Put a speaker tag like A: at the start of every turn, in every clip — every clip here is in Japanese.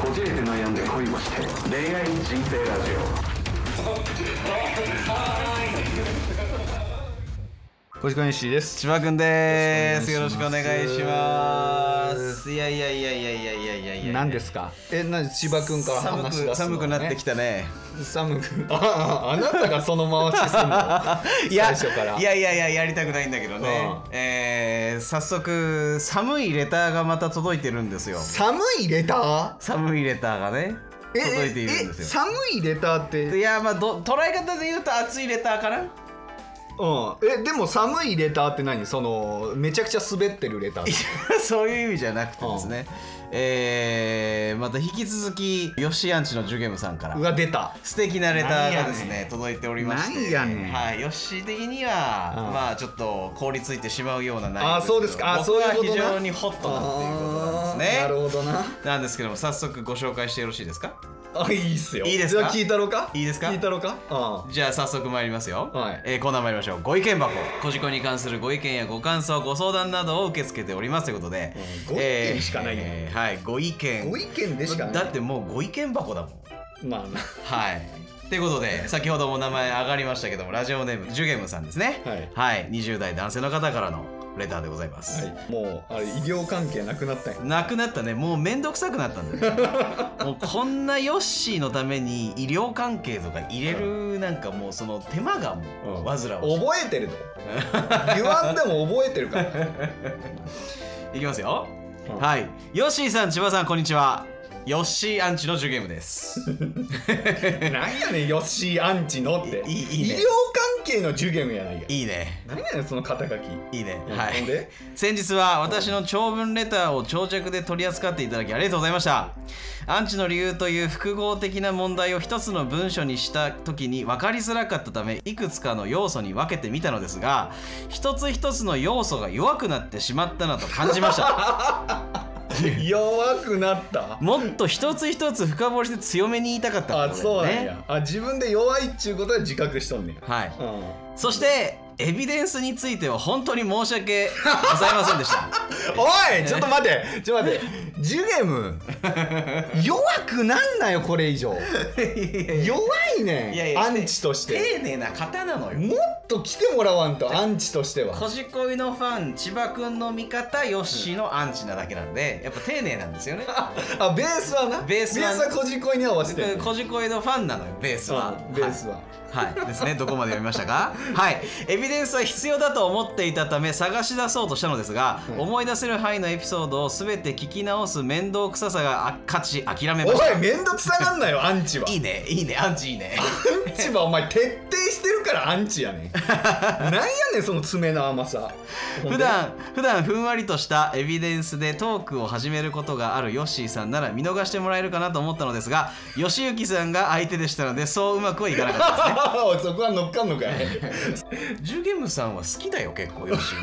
A: こじれて悩んで恋をして恋愛人生ラジ
B: 小鹿西です
C: 千葉くんです。よ
B: よろ
C: ろ
B: し
C: し
B: く
C: く
B: お
C: お
B: 願
C: 願
B: い
C: い
B: し
C: し
B: ま
C: ますす。いやいやいやいやいやいやいやいや。
B: 何ですかえな千葉君から
C: 寒
B: 話し出
C: く
B: すの
C: 寒
B: ね
C: くなってきたね。
B: 寒くあああなたがその回しすんの
C: いや
B: 最初から
C: いやいやいややりたくないんだけどね。
B: う
C: えー早速寒いレターがまた届いてるんですよ。
B: 寒いレター
C: 寒いレターがね届いているんですよ。
B: 寒いレターって
C: いやまあど捉え方で言うと暑いレターかな。
B: うんえでも寒いレターって何そのめちゃくちゃ滑ってるレターって
C: そういう意味じゃなくてですね。えーまた引き続きヨシアンチのジュゲムさんから
B: う。わ出た
C: 素敵なレターがですね届いておりまして
B: なんやねん
C: はいヨッシー的には
B: うん
C: まあちょっと凍りついてしまうような内容
B: あそうですかあ
C: 僕
B: そうい
C: は
B: うこと
C: 非
B: な
C: 常にホットだっていうことなんです
B: あ
C: ね
B: ーなるほどな
C: なんですけども早速ご紹介してよろしいですか
B: あいいっすよ
C: いいですか
B: じゃあ聞いたろか
C: いいですか
B: 聞いたろかあ
C: じゃあ早速参りますよ、
B: はい
C: えーコーナー参りましょうご意見箱「こじこ」に関するご意見やご感想ご相談などを受け付けておりますということで、
B: うんご意見しかないよ
C: えーはいご意見
B: ご意見でしかない
C: だってもうご意見箱だもん
B: まあな
C: はい。ということで、先ほども名前上がりましたけども、ラジオネーム、ジュゲムさんですね。はい。20代男性の方からのレターでございます。
B: はい、もうあれ医療関係なくなったんや
C: なくなったねもうめんどくさくなったんだよ、 ね、もうこんなヨッシーのために医療関係とか入れるなんかもうその手間がもう煩わしい、
B: 覚えてるの言わんでも覚えてるから
C: いきますよ、
B: うん
C: はいヨッシーさん千葉さんこんにちはヨッシーアンチのジュゲム です
B: なんやねんヨッシーアンチのって
C: いいいいね
B: 医療関係の授業やないか
C: いいね
B: なんやねんその肩書き
C: いいね
B: うん
C: は
B: ほ
C: い
B: んで
C: 先日は私の長文レターを長尺で取り扱っていただきありがとうございましたアンチの理由という複合的な問題を一つの文書にした時に分かりづらかったためいくつかの要素に分けてみたのですが一つ一つの要素が弱くなってしまったなと感じました
B: 弱くなった
C: もっと一つ一つ深掘りして強めに言いたかったっ
B: あ
C: て
B: そ
C: こ
B: う
C: と
B: な
C: だよ
B: んやあ自分で弱いっちゅうことは自覚しとんねん
C: はい
B: うん
C: そしてエビデンスについては本当に申し訳ございませんでした
B: おいちょっと待てちょっと待てジュゲ ム弱くなんなよこれ以上弱いねん
C: いやいや
B: アンチとして
C: 丁寧な方なのよ
B: もっと来てもらわんとアンチとしては
C: こじこいのファン千葉くんの味方ヨッシーのアンチなだけなんでやっぱ丁寧なんですよね
B: あベースはな
C: ベースは
B: こじこいに合わせてる
C: こじこいのファンなのよベースは
B: ベースは、
C: はい、はいですねどこまで読みまし たかはいエビデンスは必要だと思っていたため探し出そうとしたのですが、
B: うん
C: 思い出せる範囲のエピソードを全て聞き直す面倒くささがあ勝ち諦めま
B: お
C: した
B: いめんどくさがんなよアンチはい
C: いねいいねアンチい いね
B: アンチはお前徹底してるからアンチやねんなんやねんその爪の甘さほんで
C: 普段普段ふんわりとしたエビデンスでトークを始めることがあるヨッシーさんなら見逃してもらえるかなと思ったのですがヨシユキさんが相手でしたのでそううまくはいかなか ったですね
B: おいそこは乗っかんのかい
C: ジュゲムさんは好きだよ結構ヨシ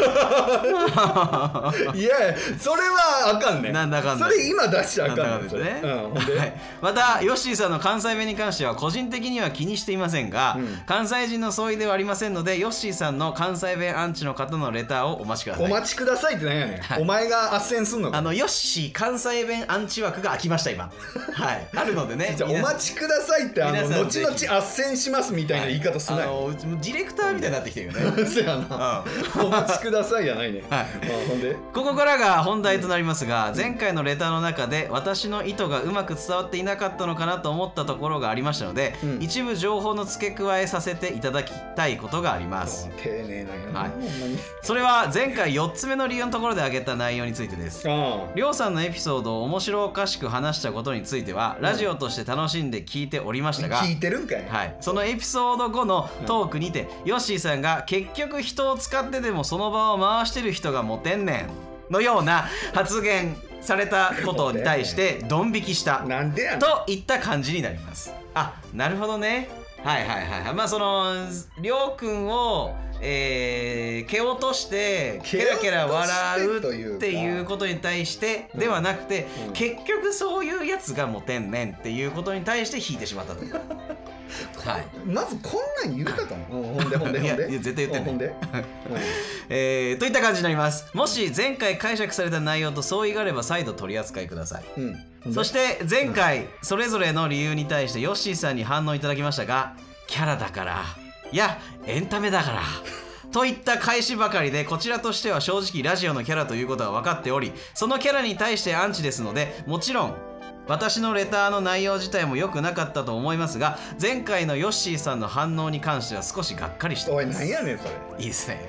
B: いやそれはあかんね
C: なんだかんだ
B: それ今出しちゃあかん
C: で
B: ねん
C: す
B: それ
C: ね、
B: うん、ほんで、
C: はいまたヨッシーさんの関西弁に関しては個人的には気にしていませんが、
B: うん
C: 関西人の相違ではありませんのでヨッシーさんの関西弁アンチの方のレターをお待ちください
B: お待ちくださいってなんやねん、
C: はい
B: お前が斡旋すんの
C: あ
B: か
C: のヨッシー関西弁アンチ枠が空きました今はいあるのでね
B: じゃあお
C: 皆さん
B: 待ちくださいってあの
C: 皆
B: 後
C: さん
B: 々
C: ぜ
B: 斡
C: ひ
B: 旋しますみたいな言い方すな
C: あ
B: よ、
C: のうちもディレクターみたいになってきてるよ ね、
B: そやな、お待ちくださいやないねん、
C: はい
B: うんほんで
C: ここからが本題となりますが前回のレターの中で私の意図がうまく伝わっていなかったのかなと思ったところがありましたので、
B: うん
C: 一部情報の付け加えさせていただきたいことがあります
B: 丁寧なんやな、
C: はい
B: ほんまに
C: それは前回4つ目の理由のところで挙げた内容についてです
B: あ
C: りょうさんのエピソードを面白おかしく話したことについてはラジオとして楽しんで聞いておりましたが
B: 聞いてるんかい、
C: はい、そのエピソード後のトークにて、ヨッシーさんが結局人を使ってでもその場を回してる人がモテんねんのような発言されたことに対してドン引きした
B: なんでやねん
C: といった感じになりますあなるほどねはいはいはいはいまあそのりょうくんをえー、蹴落としてケラケラ笑
B: 蹴落
C: う
B: としてというか
C: っていうことに対してではなくて、
B: うん
C: 結局そういうやつがモテんねんっていうことに対して引いてしまったと いうはい
B: まずこんなん言うかと思う、うんほんでほんでほんで
C: いやいや絶対言ってんね
B: ほんで、
C: えーといった感じになりますもし前回解釈された内容と相違があれば再度取り扱いください
B: うんうん
C: そして前回それぞれの理由に対してヨッシーさんに反応いただきましたがキャラだからいやエンタメだからといった返しばかりでこちらとしては正直ラジオのキャラということは分かっておりそのキャラに対してアンチですのでもちろん私のレターの内容自体も良くなかったと思いますが前回のヨッシーさんの反応に関しては少しがっかりして
B: おい
C: ます
B: なんやねんそ
C: いいですね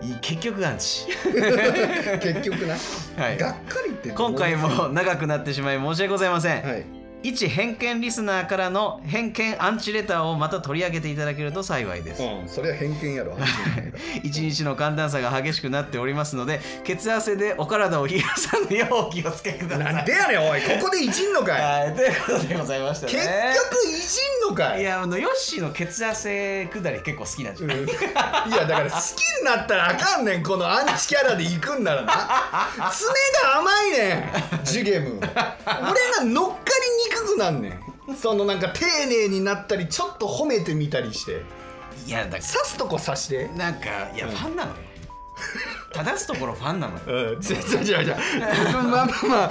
C: いい結局アンチ
B: れ結局な、
C: はい
B: がっかりって
C: 今回
B: は
C: も長くなってしまい申し訳ございません、
B: い
C: 一偏見リスナーからの偏見アンチレターをまた取り上げていただけると幸いです、
B: うんそれは偏見やろ
C: 一日の寒暖差が激しくなっておりますので血圧でお体を冷やさぬようお気をつけください
B: なんでやねんおいここでいじんのかい
C: はいということでございましたね
B: 結局いじんのかい
C: いやあのヨッシーの血圧下り結構好きなんじゃ
B: うん
C: ない、
B: いやだから好きになったらあかんねんこのアンチキャラで行くんならな常が甘いねんジュゲム俺が乗っかりにくくなんねんそのなんか丁寧になったりちょっと褒めてみたりして
C: いやだ
B: 刺
C: か
B: すとこ刺して
C: らなんかいや
B: うん
C: ファンなのよ正すところファンなのよ
B: うん、ちょちょちょちょまあまあまあ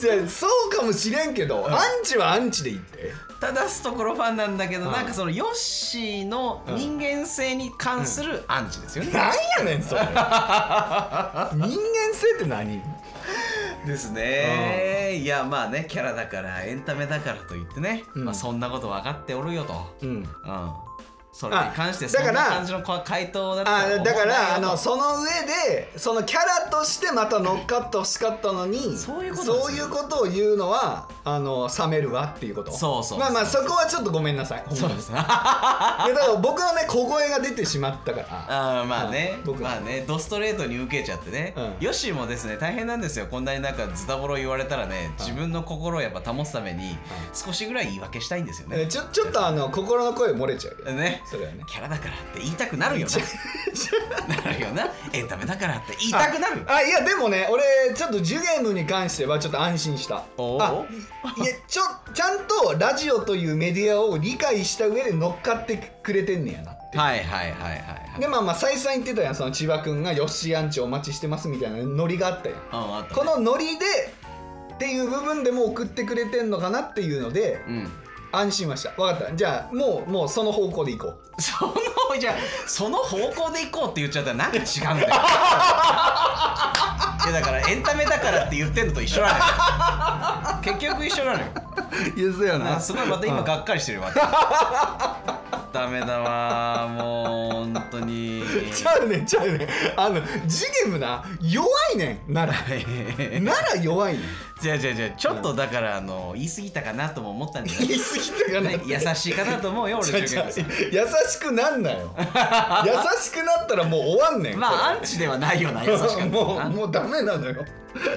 B: ちょそうかもしれんけどアンチはアンチで言って
C: 正すところファンなんだけど、
B: うん
C: なんかそのヨッシーの人間性に関するアンチですよね、
B: なんやねんそれ人間性って何
C: ですね、いやまあねキャラだからエンタメだからといってね、
B: うん
C: まあ、そんなこと分かっておるよと、
B: うん
C: うん、それに関して
B: あ
C: そ
B: だ
C: ん
B: か
C: な
B: ら
C: 感じのこ回答だった
B: あ
C: 思う
B: だからあ
C: んよ
B: の
C: と
B: その上でそのキャラとしてまた乗っかってほしかったのに
C: そういうことなんですよ
B: そういうことを言うのはあの冷めるわっていうこと
C: そうそう
B: まあまあそこはちょっとごめんなさいほん
C: そ
B: ま
C: う
B: に
C: ですねあ
B: いやだから僕のね小声が出てしまったから
C: ー まあね、
B: うん僕は
C: まあねドストレートに受けちゃってね、
B: うん
C: ヨッシーもですね大変なんですよこんなになんかズタボロ言われたらね自分の心をやっぱ保つために少しぐらい言い訳したいんですよ
B: え
C: ね、
B: ちょちょっとあの心の声漏れちゃうよ
C: ね
B: それはね
C: キャラだからって言いたくなるよななるよなエンタメだからって言いたくなる
B: あいやでもね俺ちょっとジュゲームに関してはちょっと安心した
C: お
B: あ
C: お
B: いやちょちゃんとラジオというメディアを理解した上で乗っかってくれてんねやなって
C: はいはいはいはいはい。
B: でまあまあ再三言ってたやんその千葉君が「よっしーアンチお待ちしてます」みたいなノリがあったやん
C: うん、あったね
B: このノリでっていう部分でもう送ってくれてんのかなっていうので
C: うん。
B: 安心はした分かったじゃあもうもうその方向でいこう
C: そのじゃあその方向で行こうって言っちゃったらなんか違うんだ よ。いやだからエンタメだからって言ってんのと一緒な のよ。結局一緒なのよ。
B: いやそうや
C: あすごいまた今がっかりして るわ。ダメだわもう本当に。
B: ちゃうねんちゃうねんあのジゲムな弱いねんならなら弱いねん
C: じゃじゃじゃちょっとだからあの言い過ぎたかなとも思ったんじゃない。
B: 言い過ぎたかなって
C: 優しいかなと思うよ俺
B: ちゃう
C: 中
B: ちゃ
C: 学
B: う
C: 生。
B: 優しくなんなよ優しくなったらもう終わんねん
C: ま
B: これ
C: あアンチではないよな優しか ったな。
B: もうもうダメなのよ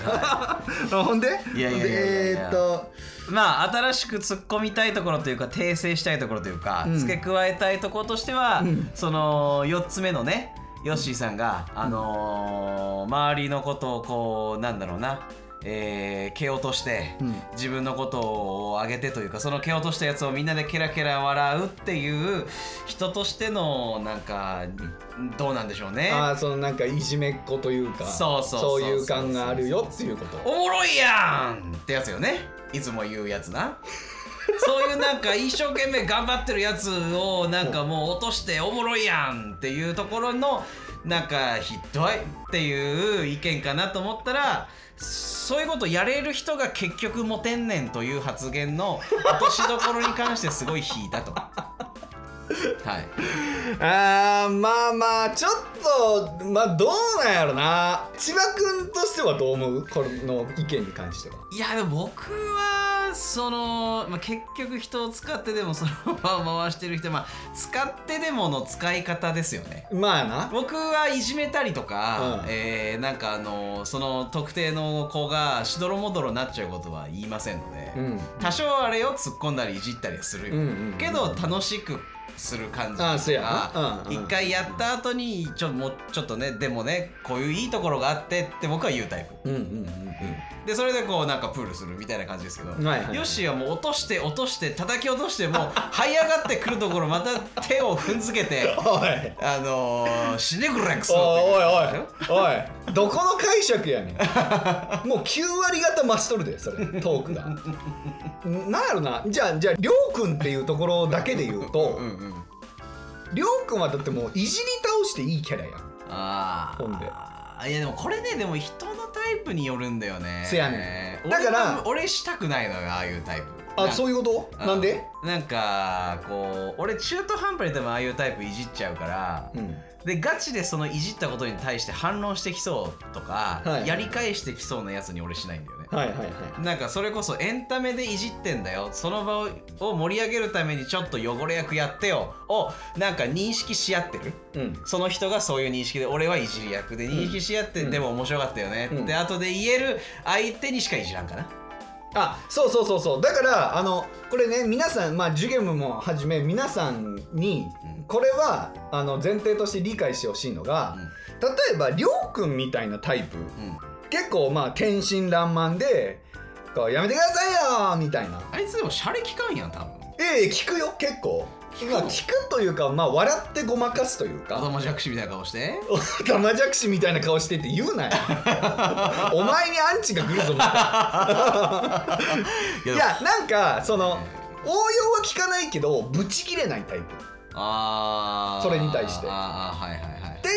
B: あ ほんで
C: いやいやいやいやいや
B: でえーっと
C: まあ新しく突っ込みたいところというか訂正したいところというか、
B: うん
C: 付け加えたいところとしては、
B: うん
C: その4つ目のねヨッシーさんが、あのー周りのことをこうなんだろうな、えー蹴落として、
B: うん
C: 自分のことを上げてというかその蹴落としたやつをみんなでケラケラ笑うっていう人としてのなんかどうなんでしょうね。
B: あーそのなんかいじめっ子というか
C: そうそうそうそう
B: いう感があるよっていうこと
C: おもろいやんってやつよねいつも言うやつなそういうなんか一生懸命頑張ってるやつをなんかもう落としておもろいやんっていうところのなんかひどいっていう意見かなと思ったらそういうことやれる人が結局モテんねんという発言の落としどころに関してすごい引いたと。はい
B: あーまあまあちょっとまあどうなんやろな千葉君としてはどう思うこの意見に関してはい
C: やでも僕はその、まあ、結局人を使ってでもその場を回してる人、まあ、使ってでもの使い方ですよね
B: まあな
C: 僕はいじめたりとか、
B: うん
C: えーなんかあのその特定の子がしどろもどろになっちゃうことは言いませんので、
B: うん
C: 多少あれを突っ込んだりいじったりはするよ、
B: うんうんうん
C: けど楽しくする感じ
B: ああそうやなうん
C: 一回やった後にちょもうちょっとねでもねこういういいところがあってって僕は言うタイプ
B: うんうんうん
C: でそれでこうなんかプールするみたいな感じですけど、
B: うんはいはいはいはい
C: ヨッシーはもう落として落として叩き落としてもう這い上がってくるところまた手を踏んづけて
B: おい
C: あのー、死ねくれんくそ
B: おいお
C: って
B: いおいおいどこの解釈やねん もう9割方増しとるでそれトークがんなんやろなじゃあじゃありょうくんっていうところだけで言うと
C: うんうん
B: りょうくんはだってもういじり倒していいキャラやん
C: あー
B: 本で
C: いやでもこれねでも人のタイプによるんだよね
B: せやねん
C: 俺
B: だから
C: 俺したくないのよああいうタイプ
B: あそう
C: いう
B: いうことなんで
C: なんかこう俺中途半端に多分ああいうタイプいじっちゃうから、
B: うん
C: でガチでそのいじったことに対して反論してきそうとか、
B: はい
C: やり返してきそうなやつに俺しないんだよね、
B: はいはいはい
C: なんかそれこそエンタメでいじってんだよその場をを盛り上げるためにちょっと汚れ役やってよをなんか認識し合ってる
B: うん
C: その人がそういう認識で俺はいじり役で認識し合って、
B: うん
C: でも面白かったよね、
B: うん
C: で後で言える相手にしかいじらんかな、
B: あそうそうそうそうだからあのこれね皆さんまあジュゲムもはじめ皆さんに
C: うん
B: これはあの前提として理解してほしいのが例えばりょうくんみたいなタイプ
C: うんうん、
B: 結構まあ天真爛漫でこうやめてくださいよみたいな
C: あいつでもシャレきかんやん多分
B: ええ聞くよ結構
C: 聞く
B: まあ聞くというかまあ笑ってごまかすという
C: 子
B: か
C: 供弱視みたいな顔して
B: たまじゃくしみたいな顔してって言うな よお前にアンチが来るぞみたいない
C: でも
B: やなんかその
C: ね
B: 応用は聞かないけどブチ切れないタイプっ
C: あー
B: それに対して
C: あーあーはいはいはい
B: てい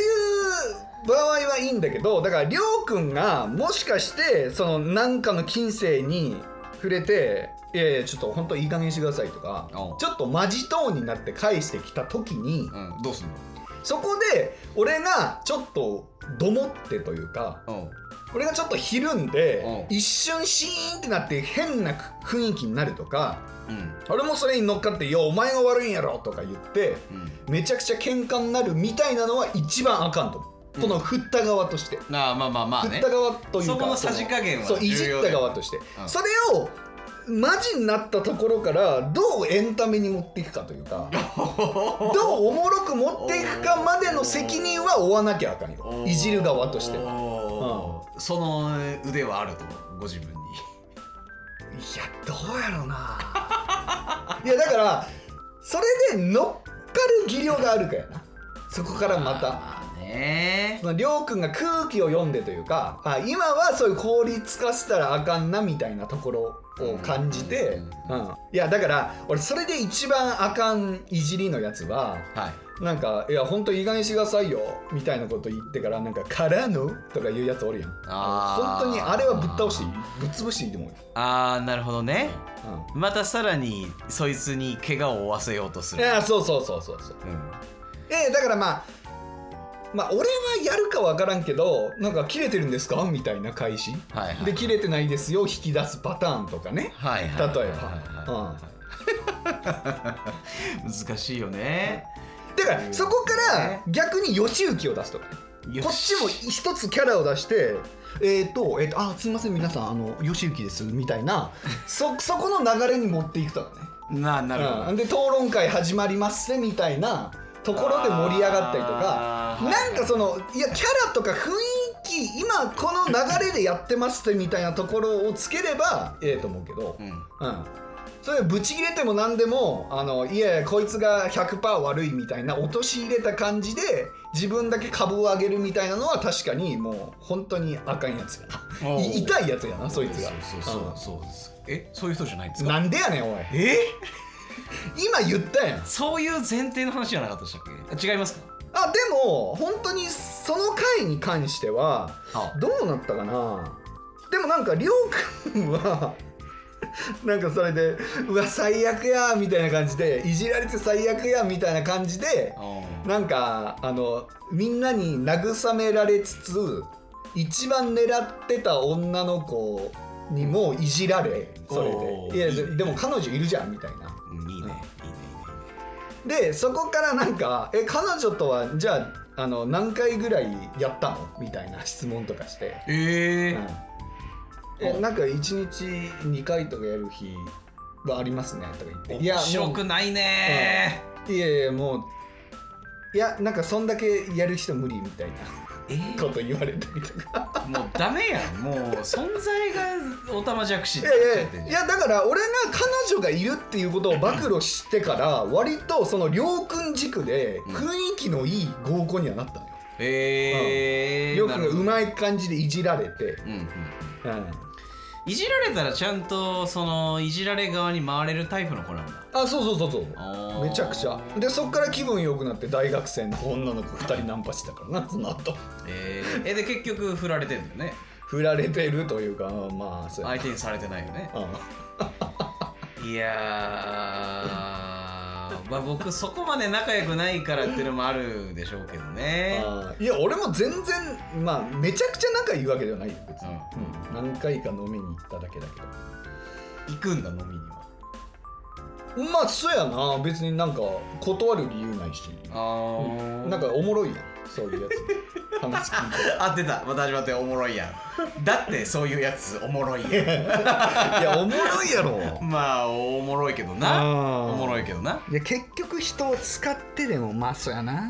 B: う場合はいいんだけどだからりょうくんがもしかしてそのなんかの近世に触れて「いやいやちょっと本当いい加減にしてください」とか
C: おう
B: ちょっとマジトーンになって返してきた時に
C: うん、どうすんの
B: そこで俺がちょっとどもってというか
C: うん
B: 俺がちょっとひるんで
C: おう
B: 一瞬シーンってなって変な雰囲気になるとか
C: うん
B: 俺もそれに乗っかって「いやお前が悪いんやろ」とか言って
C: うん
B: めちゃくちゃ喧嘩になるみたいなのは一番あかんと思う、
C: うん
B: この振った側として、
C: あーまあまあまあ
B: 振
C: ね
B: った側というか
C: そこのさじ加減は
B: そういじ
C: 重要
B: っ
C: だ
B: た
C: よ
B: 側として、
C: うん
B: それをマジになったところからどうエンタメに持っていくかというかどうおもろく持っていくかまでの責任は負わなきゃあかんよいじる側としていや
C: おーその腕はあると思うご自分に
B: どうやろうないやだからそれで乗っかる技量があるかやなそこからまた。
C: あーね
B: そのりょうくんが空気を読んでというかあ今はそういう効率化したらあかんなみたいなところを感じて、
C: う
B: うんんいやだから俺それで一番あかんいじりのやつは
C: はい
B: なんか「いやほんといい加減にしてくださいよ」みたいなこと言ってからなんか「からの?」とか言うやつおるやん
C: あー
B: 本当にあれはぶっ倒していいぶっ潰していいと思うよ、
C: あーなるほどね
B: うん
C: またさらにそいつに怪我を負わせようとす
B: い
C: る、
B: やそうそうそうそうそう
C: うん、
B: えだからまあまあ俺はやるかわからんけどなんか切れてるんですかみたいな返し
C: はいはい
B: で切れてないですよ引き出すパターンとかね
C: はいはい
B: 例えば
C: ば 難しいよね
B: だからそこか
C: ね
B: ら逆によち浮きを出すとこ
C: よ
B: っちも一つキャラを出してえっ、と,、えー、とあすいません皆さんあのよしゆきですみたいなそそこの流れに持っていくとかね
C: ななるほど、
B: うん、で討論会始まりますみたいなところで盛り上がったりと
C: あ
B: か
C: ー
B: なんかそのいやキャラとか雰囲気今この流れでやってますってみたいなところをつければええと思うけど、
C: うん
B: うん、それブチ切れても何でもあのいやいやこいつが100%悪いみたいな落とし入れた感じで自分だけ株を上げるみたいなのは確かにもう本当にあかんやつや
C: お
B: な
C: う
B: い痛いやつやなそいつが
C: そうそうそうそうですえそういう人じゃないんで
B: う
C: す
B: ん
C: か
B: なんでやねんおい
C: え
B: 今言ったやん
C: そういう前提の話じゃなかったでしたっけあ違いますか
B: あでも本当にその回に関しては
C: あ
B: どうなったかなでもなんかりょうくんは なんかそれで「うわ最悪や」みたいな感じでいじられて最悪やみたいな感じでなんかあのみんなに慰められつつ一番狙ってた女の子にもいじられそ
C: お
B: れ
C: ー
B: で「いや
C: いいね
B: ででも彼女いるじゃん」みたいな。
C: うんいいねいいね
B: でそこからなんか「え彼女とはじゃああの何回ぐらいやったの?」みたいな質問とかして、
C: いいねえ
B: うん
C: ー
B: えなんか1日2回とかやる日はありますねとか言って「いや
C: 面白
B: も
C: くないね
B: ういやいやもういやなんかそんだけやる人無理」みたいな
C: えー
B: こと言われたりとか
C: もうダメやんもう存在がオタマジャクシっ
B: い
C: て
B: や
C: 言っちゃって
B: い
C: ん
B: やい
C: じゃん
B: やだから俺が彼女がいるっていうことを暴露してから割とその亮君軸で雰囲気のいい合コンにはなったのよ
C: えー、
B: 亮
C: な
B: 君
C: る
B: が
C: ほど
B: うまい感じでいじられて、
C: うんうん
B: うん
C: いじられたらちゃんとそのいじられ側に回れるタイプの子なんだ
B: あそうそうそうそう
C: あー
B: めちゃくちゃでそっから気分良くなって大学生の女の子2人ナンパしてたからな その後
C: えー、えで結局振られてんだよね
B: 振られてるというかうんまあそうや
C: 相手にされてないよね
B: うん
C: いやーまあ僕そこまで仲良くないからっていうのもあるでしょうけどね
B: あーいや俺も全然まあめちゃくちゃ仲いいわけじゃないよ別に、うん、何回か飲みに行っただけだけ
C: 行くんだ飲みには
B: どまあそうやな別になんか断る理由ないし
C: あー
B: なんかおもろいやんそういうや つ話聞いて
C: あ出たまた始まっておもろいやんだってそういうやつおもろいや
B: いやおもろいやろ
C: ん まあおもろいけど
B: あ
C: な
B: ー
C: おもろいけどない
B: や結局人を使ってでもまあそうやな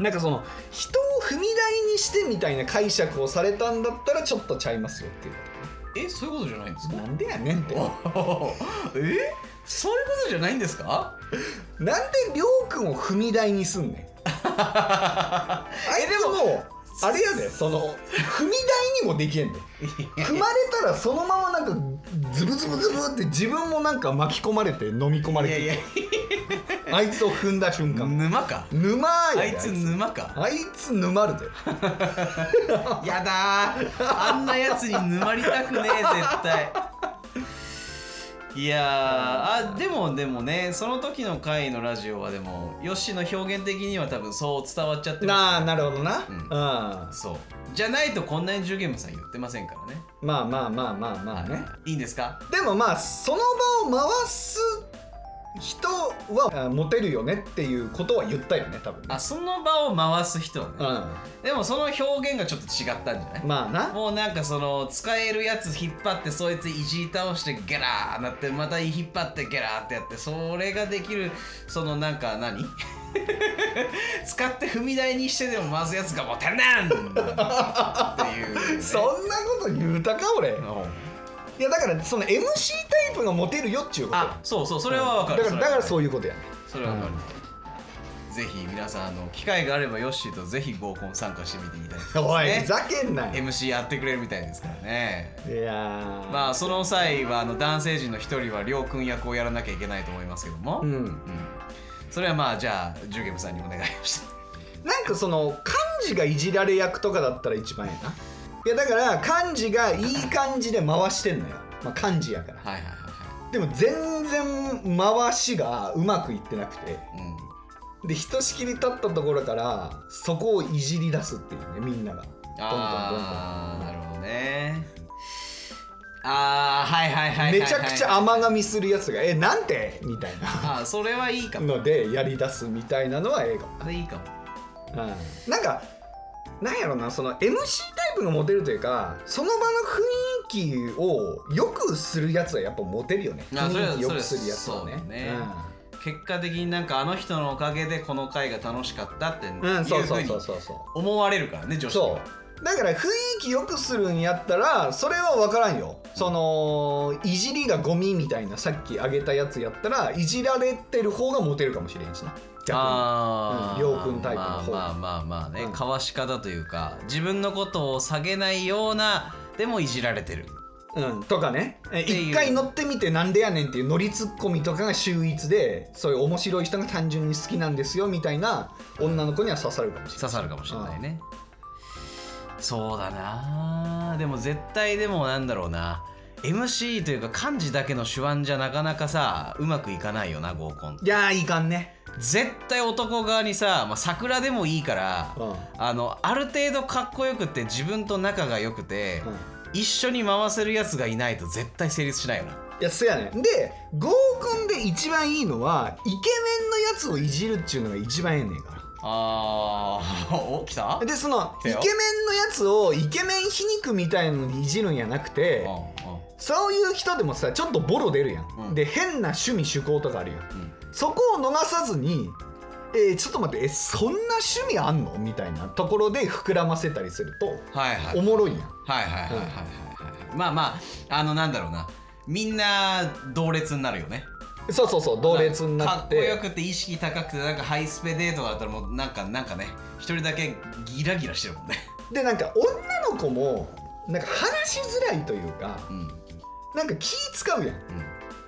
B: なんかその人を踏み台にしてみたいな解釈をされたんだったらちょっとちゃいますよっていう
C: えそういうことじゃないんですか
B: なんでやねんってなん
C: お えそういうことじゃないんですか
B: でりょうくんを踏み台にすんねん あれでもあれやでその踏み台にもできへんで踏まれたらそのままなんかズブズブズブって自分もなんか巻き込まれて飲み込まれ
C: いや
B: て
C: いや
B: あいつを踏んだ瞬間
C: 沼か
B: 沼やで
C: あいつ沼か
B: あいつ沼るで
C: やだーあんなやつに沼りたくねえ絶対いやーあでもでもねその時の回のラジオはでもヨッシーの表現的には多分そう伝わっちゃってま
B: なあなるほどな、
C: う
B: うんん、ます
C: そうじゃないとこんなにジュゲムさん言ってませんからね
B: あまあまあまあまあね
C: いいんですか
B: でもまあその場を回す人はあモテるよねっていうことは言ったよね多分ね
C: あその場を回す人はね
B: う
C: でもその表現がちょっと違ったんじゃない
B: んまあな
C: もうなんかその使えるやつ引っ張ってそいついじり倒してゲラーなってまた引っ張ってゲラーってやってそれができる そのなんか何 使って踏み台にしてでも回すやつがモテんねんっていう、ね、
B: そんなこと言うたか俺
C: うん
B: いやだからその MC タイプがモテるよっちゅうこと
C: あそうそうそれはわかる
B: だからだからそうういうことやね
C: それはわかる、ぜひ皆さんあの機会があればヨッシーとぜひ合コン参加してみていただきた
B: お
C: い
B: い
C: で
B: ふ
C: すね
B: ざけんなよ
C: MC やってくれるみたいですからね
B: いやー
C: まあその際はあの男性陣の一人はりょうくん役をやらなきゃいけないと思いますけども、
B: う
C: うん
B: ん
C: それはまあじゃあジュゲムさんにお願いし
B: なんかその漢字がいじられ役とかだったら一番いいな。いやだから漢字がいい感じで回してんのよ。まあ漢字やから。
C: た はいはいは
B: でも全然回しがうまくいってなくて。
C: いはい、うん、
B: で、ひとしきり立ったところからそこをいじり出すっていうね、みんなが。どん
C: ああなるほどねああはいはいはいは
B: どんどんどん
C: い、はい、
B: めちゃくちゃ甘噛みするやつが「えなんて?」みたい
C: ああそれはいいか
B: な
C: も
B: のでやり出すみたいなのは映画
C: あれいいかも
B: うんなんかなんやろなその MC タイプがモテるというかその場の雰囲気を良くするやつはやっぱモテるよね
C: あそれは
B: 雰囲気良くするやつは
C: そうだね
B: ね
C: 結果的になんかあの人のおかげでこの回が楽しかったっていう
B: うん、うん、そうそう
C: ふうに
B: そうそうそ
C: 思われるからね女
B: う
C: 子は
B: そうだから雰囲気良くするんやったらそれは分からんよそのいじりがゴミみたいなさっきあげたやつやったらいじられてる方がモテるかもしれんしな逆に
C: あ
B: う
C: あ
B: んりょうくんタイプの方
C: まあまあまあまあね、
B: うん
C: かわし方というか自分のことを下げないようなでもいじられてる
B: うん、とかねえ
C: っていう
B: 一回乗ってみてなんでやねんっていう乗りツッコミとかが秀逸でそういう面白い人が単純に好きなんですよみたいな女の子には刺さるかもしれない
C: 刺さるかもしれないね、そうだなあでも絶対でもなんだろうな MC というか漢字だけの手腕じゃなかなかさうまくいかないよな合コン
B: いやーいかんね
C: 絶対男側にさ、まあ、桜でもいいから、
B: うん
C: あのある程度かっこよくって自分と仲が良くて、
B: うん
C: 一緒に回せるやつがいないと絶対成立しないよない
B: やそやねんで合コンで一番いいのはイケメンのやつをいじるっちゅうのが一番ええねんか
C: あー お来た
B: らでそのイ
C: 来た
B: ケメ
C: よ
B: ンのやつをイケメン皮肉みたいのにいじるんやなくて、
C: うんうん
B: そういう人でもさちょっとボロ出るやん、
C: うん
B: で変な趣味趣向とかあるやん、
C: ん
B: そこを逃さずに「えーちょっと待ってえそんな趣味あんの?」みたいなところで膨らませたりすると
C: はいはいはい
B: おもろいやん
C: はいはいはいはいはいまあまああのなんだろうなみんな同列になるよね
B: そうそうそう同列になっ
C: かっこよ
B: て
C: くて意識高くてなんかハイスペデートだったらもうなんかなんかね一人だけギラギラしてるもんね
B: でなんか女の子もなんか話しづらいというか
C: うんうん
B: なんか気使うやん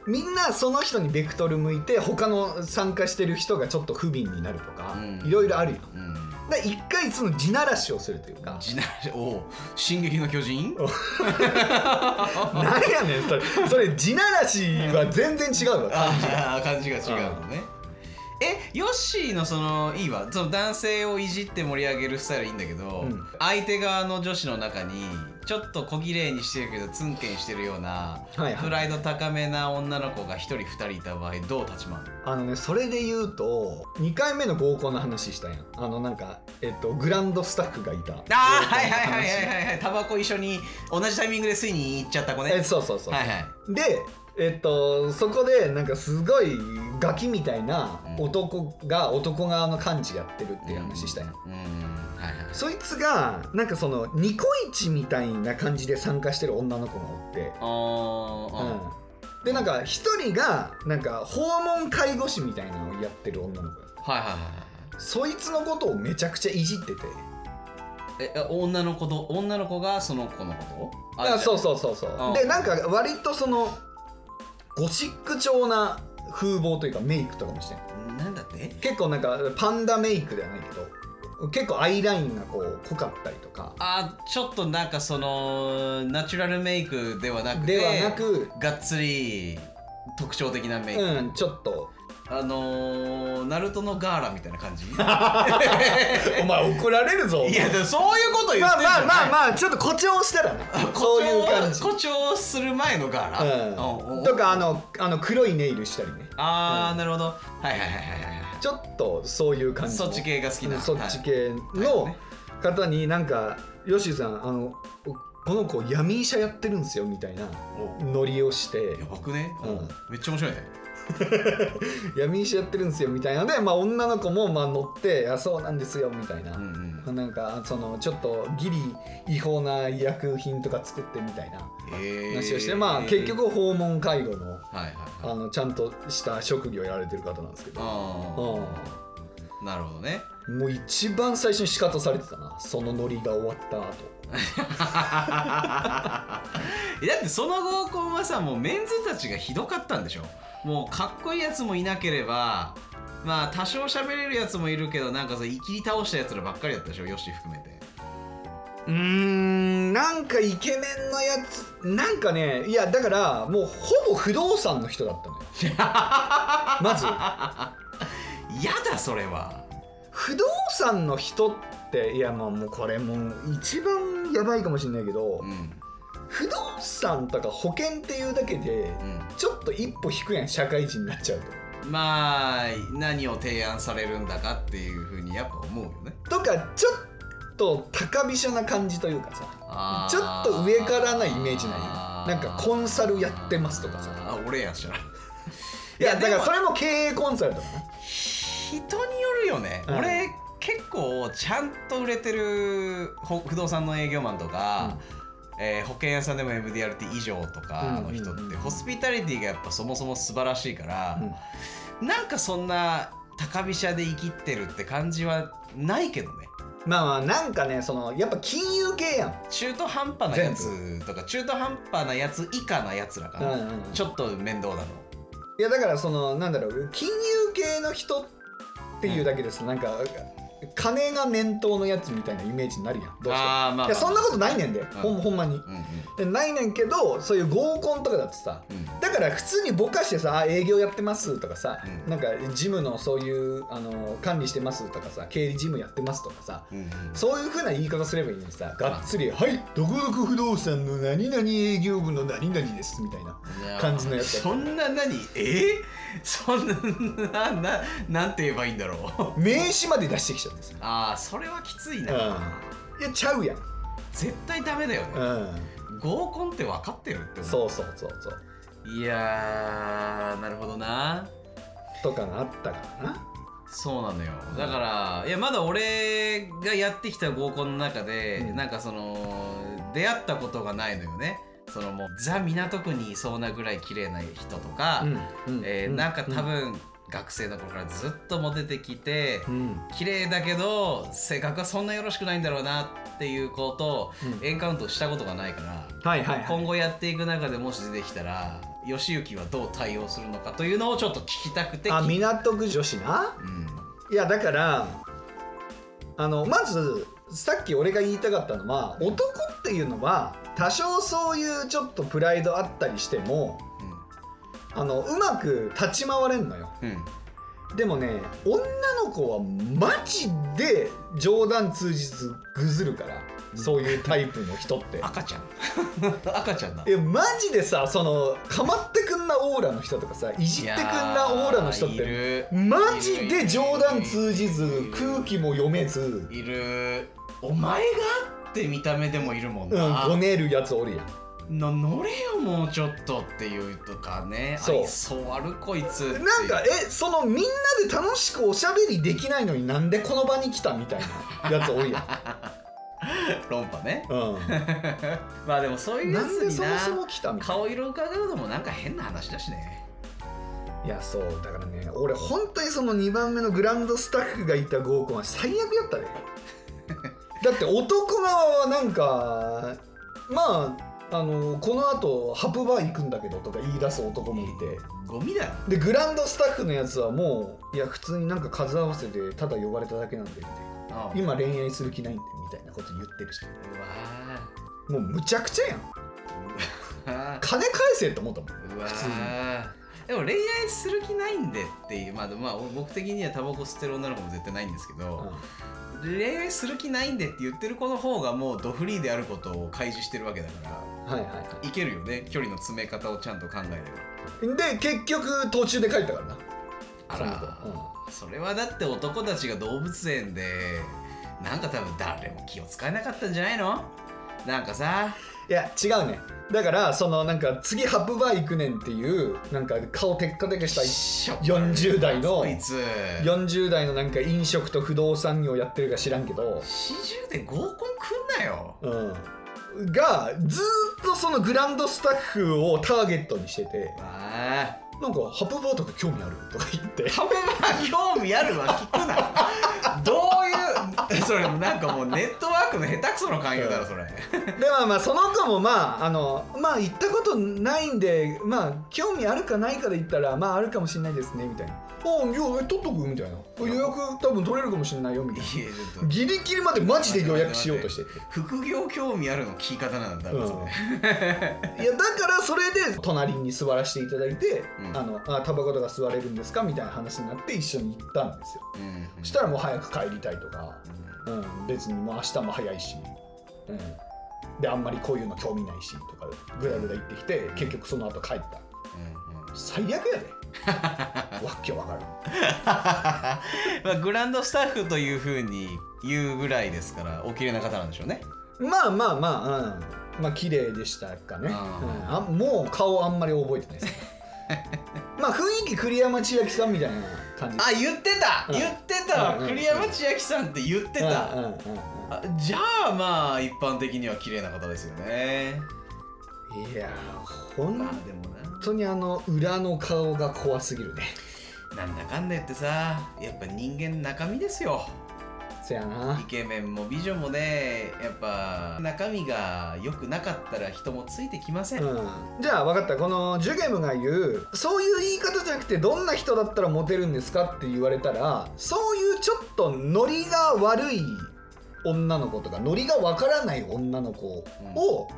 B: みんなその人にベクトル向いて他の参加してる人がちょっと不憫になるとか
C: うん
B: いろいろあるやんだか
C: うん
B: ら一回その地ならしをするというか
C: 地なおう進撃の巨人
B: なんやねんそれそれ地ならしは全然違うわ
C: ああ感じが違うのねえヨッシーのそのいいわその男性をいじって盛り上げるスタイルいいんだけど、
B: うん
C: 相手側の女子の中にちょっと小綺麗にしてるけどツンケンしてるような、
B: はいはい
C: プライド高めな女の子が1人2人いた場合どう立ち回る
B: あのねそれで言うと2回目の合コンの話したやんあのなんか、えっと、グランドスタッフがいた
C: ああはいはいはいはいはいはいタバコ一緒に同じタイミングで吸いに行っちゃった子ね
B: えそうそうそう、
C: はいはい
B: でえっとそこでなんかすごいガキみたいな
C: うん
B: 男が男側の幹事やってるっていう話したやん、
C: うんはいはい
B: そいつがなんかそのニコイチみたいな感じで参加してる女の子がおって、
C: ああ
B: うん、でなんか一人がなんか訪問介護士みたいなのをやってる女の子や
C: はいはいはいはい
B: そいつのことをめちゃくちゃいじってて
C: え女の子と女の子がその子のこと
B: あそう
C: そ
B: そうそうそ
C: あ
B: うでなんか割とそのゴシック調な風貌というかメイクとかもしてん
C: うなんだって
B: 結構なんかパンダメイクではないけど結構アイラインがこう濃かったりとか
C: あちょっとなんかそのナチュラルメイクではなくて
B: ではなく、
C: がっつり特徴的なメイク、
B: うん、ちょっと
C: あのー、ナルトのガーラみたい な感じ い
B: お前怒られるぞ
C: やでもそういうこと言ってんじ
B: ま
C: ゃ
B: あ
C: ない
B: まあまあまあちょっと誇張したらなそういう感じ、
C: 誇張する前のガーラ、
B: う
C: お
B: ん、
C: お
B: とかあのあの黒いネイルしたりね
C: あー、なるほどはいはいはいはいはいはい
B: ちょっとそういう感じの
C: そっち系が好きな
B: うんそっち系の方になんか「ヨッシーさんあのこの子闇医者やってるんですよ」みたいな
C: お
B: ノリをして
C: やばくね、
B: うん
C: めっちゃ面白いね
B: 闇医者やってるんですよみたいなので、まあ、女の子もまあ乗って「あそうなんですよ」みたいな、
C: うんうん
B: なんかそのちょっとギリ違法な医薬品とか作ってみたいな
C: え
B: 話をして、まあ結局訪問介護の
C: はいはいはい
B: あのちゃんとした職業やられてる方なんですけど、
C: ああなるほどね
B: うんもう一番最初に仕方されてたなそのノリが終わった後
C: えだってその合コンはさもうメンズたちがひどかったんでしょもうかっこいいやつもいなければまあ多少喋れるやつもいるけどなんかさいきり倒したやつらばっかりだったでしょヨッシー含めて
B: うーんなんかイケメンのやつなんかねいやだからもうほぼ不動産の人だったのよ まず
C: やだそれは
B: 不動産の人っていやまあもうこれもう一番やばいかもしれないけど、
C: うん
B: 不動産とか保険っていうだけで
C: う
B: ちょっと一歩引くやん社会人になっちゃうと。
C: んまあ何を提案されるんだかっていうふうにやっぱ思うよね
B: とかちょっと高飛車な感じというかさ
C: あ
B: ちょ
C: ー
B: っと上からなイメージないなんかコンサルやってますとかさ
C: あ俺やしら
B: いやだからそ
C: れ
B: れも経営コンサルとかな
C: 人によるよね、
B: うん
C: 俺結構ちゃんと売れてるほ不動産の営業マンとか、えー保険屋さんでも MDRT 以上とかの人って、
B: うんうんうん
C: ホスピタリティがやっぱそもそも素晴らしいから、
B: うん
C: なんかそんな高飛車で生きてるって感じはないけどね
B: まあまあなんかねそのやっぱ金融系やん
C: 中途半端なやつとか中途半端なやつ以下なやつらかな、
B: うんうんうん
C: ちょっと面倒なの
B: いやだからそのなんだろう金融系の人っていうだけですなんか金が念頭のやつみたいなイメージになるやんどうしても
C: あーまあまあ
B: いやそんなことないねんで、ほん
C: うん
B: ほんまに
C: うんうん
B: でないねんけどそういう合コンとかだってさ
C: うん
B: だから普通にぼかしてさあ営業やってますとかさ、
C: うん
B: なんかジムのそういうあの管理してますとかさ経理ジムやってますとかさ
C: うんうん
B: そういうふうな言い方すればいいのにさがっつり「はいどこどこ不動産の何々営業部の何々です」みたいな感じのやつ
C: そんな何え そんななななんて言えばいいんだろう
B: 名刺まで出してきちゃってさ
C: ああそれはきつい
B: うん
C: な、
B: いやちゃうやん、
C: 絶対ダメだよ
B: う
C: ね、
B: ん、
C: 合コンって分かってるって
B: そううそうそうそう
C: いやーなるほどな
B: とかがあったからな
C: そうなのよだからいやまだ俺がやってきた合コンの中で、
B: うん
C: なんかその出会ったことがないのよねそのもうザ港区にいそうなぐらい綺麗な人とか、
B: うん
C: えーなんか多分、学生の頃からずっとモテてきて、
B: うん
C: 綺麗だけど性格はそんなよろしくないんだろうなっていう子と、
B: うん
C: エンカウントしたことがないから、
B: はいはいはい
C: 今後やっていく中でもし出てきたら義行はどう対応するのかというのをちょっと聞きたくて
B: あ
C: 聞い
B: 港区女子な
C: うん
B: いやだからあのまずさっき俺が言いたかったのは男っていうのは多少そういうちょっとプライドあったりしてもあのうまく立ち回れんのよ
C: うんうん
B: でもね女の子はマジで冗談通じずぐずるからそういうタイプの人って
C: 赤ちゃん赤ちゃんだ
B: いやマジでさそのかまってくんなオーラの人とかさいじってくんなオーラの人っ
C: いや
B: て
C: ーいる
B: マジで冗談通じ
C: いる
B: ず
C: いる
B: 空気も読めず、
C: いるお前がって見た目でもいるもん
B: うん、
C: な、
B: ごねるやつおるやん
C: の乗れよもうちょっとっていうとかね
B: そう
C: 愛想悪こいつっていう
B: なんかえそのみんなで楽しくおしゃべりできないのになんでこの場に来たみたいなやつおるやん、
C: 論破ね
B: う
C: まあでもそうい
B: ん、
C: うや
B: なんで
C: つに
B: そ
C: な
B: もそも来たみたいな
C: 顔色伺うのもなんか変な話だしね
B: いやそうだからね俺本当にその2番目のグランドスタッフがいた合コンは最悪やった ねだって男側はなんかまああのこのあとハプバー行くんだけどとか言い出す男もいて
C: ゴミだよ
B: でグランドスタッフのやつはもういや普通になんか数合わせでただ呼ばれただけなんでみたいな
C: ああ
B: 今恋愛する気ないんでみたいなこと言ってるし
C: う
B: も
C: わ
B: うむちゃくちゃやん
C: ー
B: 金返せって思ったもん
C: うわ
B: 普通に
C: ーでも恋愛する気ないんでっていうまあでもまあ僕的にはタバコ吸ってる女の子も絶対ないんですけど、恋愛する気ないんでって言ってる子の方がもうドフリーであることを開示してるわけだか
B: うんはいはいはい
C: らいけるよね距離の詰め方をちゃんと考えれ
B: で結局途中で帰ったからな
C: ばあ
B: その
C: ら
B: 子うん
C: それはだって男たちが動物園でなんか多分誰も気を使えなかったんじゃないのなんかさ
B: いや違うねだからそのなんか次ハプバー行くねんっていうなんか顔テッカテカした
C: しょ
B: 40代の
C: こいつ
B: 40代のなんか飲食と不動産業やってるか知らんけど、
C: 40で合コン来んなよ
B: うん、がずーっとそのグランドスタッフをターゲットにしてて
C: あ
B: なんかハプバーとか興味あるとか言って
C: 食べば興味あるわ聞 くなどういうそれなんかもうネットワークの下手くその勧誘だろそれ
B: でまあまあその子もまああのまあ行ったことないんでまあ興味あるかないかで言ったらまああるかもしれないですねみたいな「おういやえ取っとく?」みたいな「予約多分取れるかもしれないよ」みたいな。
C: いやちょっと
B: ギリギリまでマジで予約しようとしてて、
C: 副業興味あるの聞き方なんだ
B: うん、い
C: ろ
B: や
C: それ
B: だからそれで隣に座らせていただいて「
C: うん
B: あのあタバコとか吸われるんですか?」みたいな話になって一緒に行ったんですよ
C: うん
B: そしたらもう早く帰りたいとか、うん、別にもう明日も早いし、うん、であんまりこういうの興味ないしとかぐだぐだ言ってきて結局その後帰った
C: うんうん
B: 最悪やで わっけわからん
C: まあ、グランドスタッフというふうに言うぐらいですからお綺麗な方なんでしょうね
B: まあまあまあ、うん、まあ綺麗でしたかね、うん
C: あ
B: あもう顔あんまり覚えてないです まあ雰囲気栗山千明さんみたいな感じ
C: あ言ってた、
B: うん
C: 言ってたわ、
B: うんうん
C: 栗山千明さんって言ってた、
B: うんうんうん
C: あじゃあまあ一般的には綺麗な方ですよね
B: うんいやーほん
C: まあでもな
B: とにあの裏の顔が怖すぎるね
C: なんだかんだ言ってさやっぱ人間中身ですよ
B: そやな
C: イケメンも美女もねやっぱ中身が良くなかったら人もついてきません、
B: うん、じゃあ分かったこのジュゲムが言うそういう言い方じゃなくてどんな人だったらモテるんですかって言われたらそういうちょっとノリが悪い女の子とかノリがわからない女の子を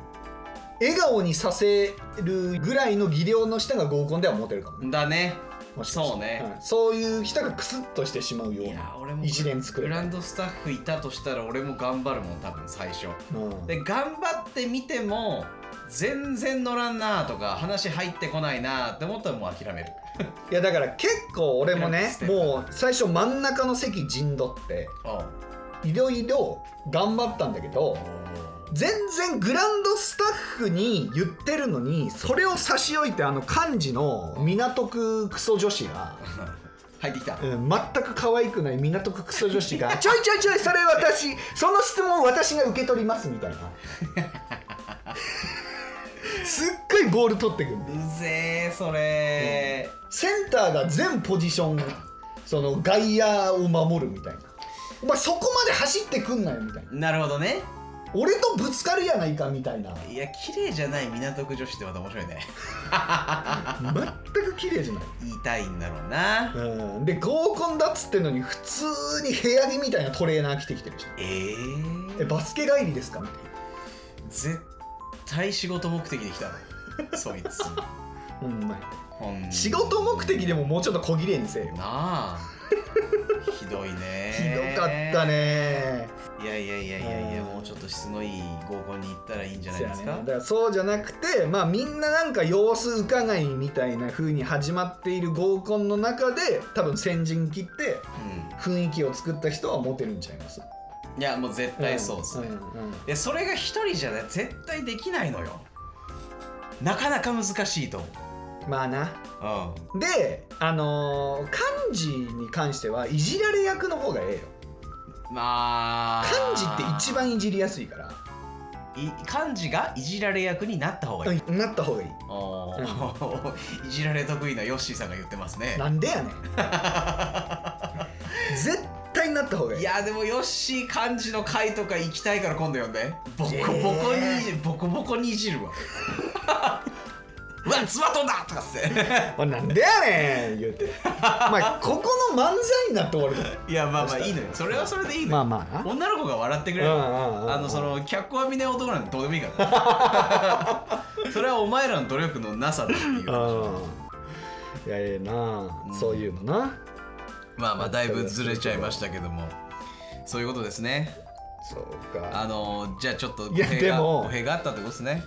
B: 笑顔にさせるぐらいの技量の人が合コンではモテるかもね、
C: だね
B: もしかして
C: そうね
B: んそういう人がクスッとしてしまうよ
C: いうや
B: な
C: 俺も
B: 一連作れ
C: グ
B: た
C: ランドスタッフいたとしたら俺も頑張るもん多分最初
B: うん
C: で頑張ってみても全然乗らんなとか話入ってこないなって思ったらもう諦める
B: いやだから結構俺もね
C: いや
B: もう最初真ん中の席陣取って
C: おう
B: いろいろ頑張ったんだけど全然グランドスタッフに言ってるのにそれを差し置いてあの漢字の港区クソ女子が、
C: 入ってきた
B: うん、全く可愛くない港区クソ女子 が「ちょいちょいちょいそれ私 その質問を私が受け取ります」みたいなすっごいボール取ってくる
C: ぜえそれ
B: センターが全ポジションその外野を守るみたいなお前そこまで走ってくんなよみたいな
C: なるほどね
B: 俺とぶつかるやないかみた いない
C: や綺麗じゃない港区女子ってまた面白いね
B: 全く綺麗じゃない
C: 言いたいんだろうな
B: うんで合コンだっつってんのに普通に部屋着みたいなトレーナー着てきてるじゃん
C: ええ
B: えバスケ帰りですかみたい
C: 絶対仕事目的で来た のそいつ
B: なほんまや
C: ほん
B: 仕事目的でももうちょっと小綺麗にせえよ
C: なあひどいね
B: ひどかったね
C: いやいやいやいやいや
B: うん
C: もうちょっと質のいい合コンに行ったらいいんじゃない
B: そうや
C: で
B: ね
C: す
B: だ
C: か
B: からそうじゃなくてまあみんななんか様子うかがいみたいな風に始まっている合コンの中で多分先陣切って雰囲気を作った人はモテるんちゃいます
C: うんいやもう絶対そうですね、
B: んうん
C: でそれが一人じゃね絶対できないのよなかなか難しいと思
B: まあな
C: う、
B: であのー漢字に関してはいじられ役の方がええよ
C: うん、まあ
B: 漢字って一番いじりやすいから
C: い漢字がいじられ役になった方がいい、
B: うんなった方がいい
C: おー いじられ得意なヨッシーさんが言ってますね
B: なんで やねん絶対なった方がいい
C: いやでもヨッシー漢字の会とか行きたいから今度呼んでボコボコに、
B: え
C: ボコボコにいじるわうわつまとんだとかっつって
B: おいなんでやねん言うてお前ここの漫才になって終わるから
C: いやまあまあいいのよそれはそれでいいの
B: ま
C: よ、
B: あまあな
C: 女の子が笑ってくれ
B: う
C: る、
B: んうんうんうん
C: あのその脚光浴びない男なんてどうでもいいから それはお前らの努力のなさだっていう
B: うんいやええな、
C: うん
B: そういうのな
C: まあまあだいぶずれちゃいましたけどもそういうことですね
B: そうか
C: あのじゃあちょっと
B: いや
C: 語弊が
B: でも
C: 語弊があったってことですね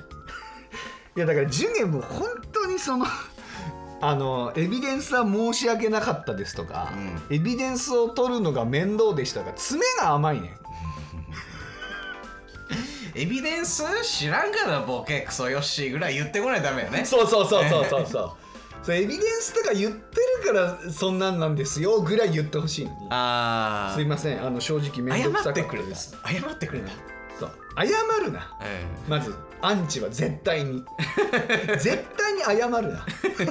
B: いやだからジュゲも本当にその あのエビデンスは申し訳なかったですとか、エビデンスを取るのが面倒でしたが爪が甘いねん
C: エビデンス知らんからボケクソヨッシーぐらい言ってこないとダメよね
B: そうそうそうそうそうそうそうエビデンスとか言ってるからそんなんなんですよぐらい言ってほしいのに
C: あ
B: すいませんあの正直面倒く
C: 謝
B: さか
C: っ
B: った
C: て
B: で
C: くれた
B: す
C: 謝ってくれた、
B: そう謝るな
C: え
B: まずアンチは絶対 に絶対に謝るな
C: え